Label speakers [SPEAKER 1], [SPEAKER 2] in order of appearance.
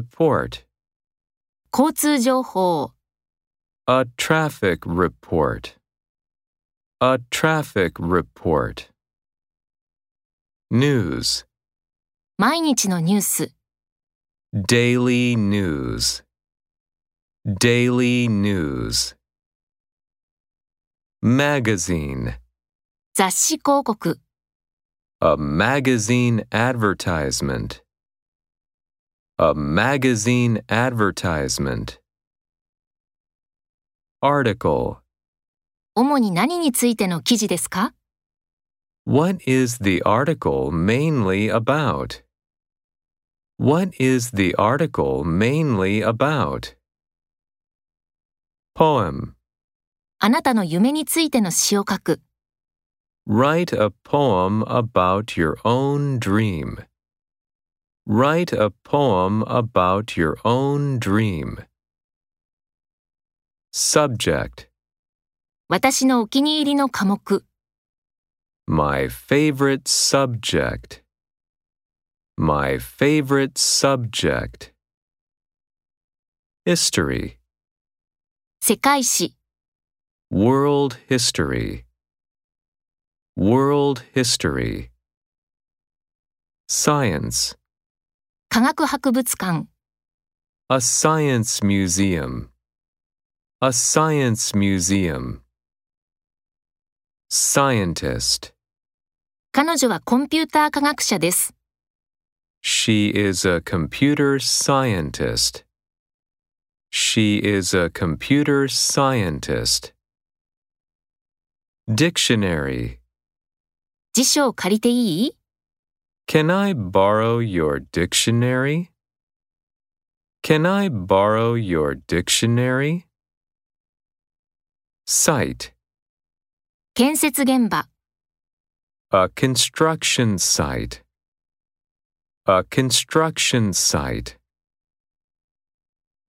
[SPEAKER 1] Report.
[SPEAKER 2] 交通情報、
[SPEAKER 1] A traffic report. A traffic report. News.
[SPEAKER 2] 毎日のニュース、
[SPEAKER 1] Daily news. Daily news. Magazine.
[SPEAKER 2] 雑誌広告、
[SPEAKER 1] A magazine advertisement. A magazine advertisement. Article.
[SPEAKER 2] 主に何についての記事ですか
[SPEAKER 1] What is the article mainly about? What is the article mainly about? Poem.
[SPEAKER 2] あなたの夢についての詩を書く。
[SPEAKER 1] Write a poem about your own dream. Write a poem about your own dream. Subject
[SPEAKER 2] 私のお気に入りの科目、
[SPEAKER 1] My favorite subject. My favorite subject. History.
[SPEAKER 2] 世界史、
[SPEAKER 1] World history. World history. Science.
[SPEAKER 2] 科学博物館、
[SPEAKER 1] A science museum. A science museum. Scientist.
[SPEAKER 2] 彼女はコンピューター科学者です。
[SPEAKER 1] She is a computer scientist. She is a computer scientist. Dictionary.
[SPEAKER 2] 辞書を借りていい
[SPEAKER 1] Can I borrow your dictionary? Can I borrow your dictionary? Site.
[SPEAKER 2] 建設現場、
[SPEAKER 1] A construction site. A construction site.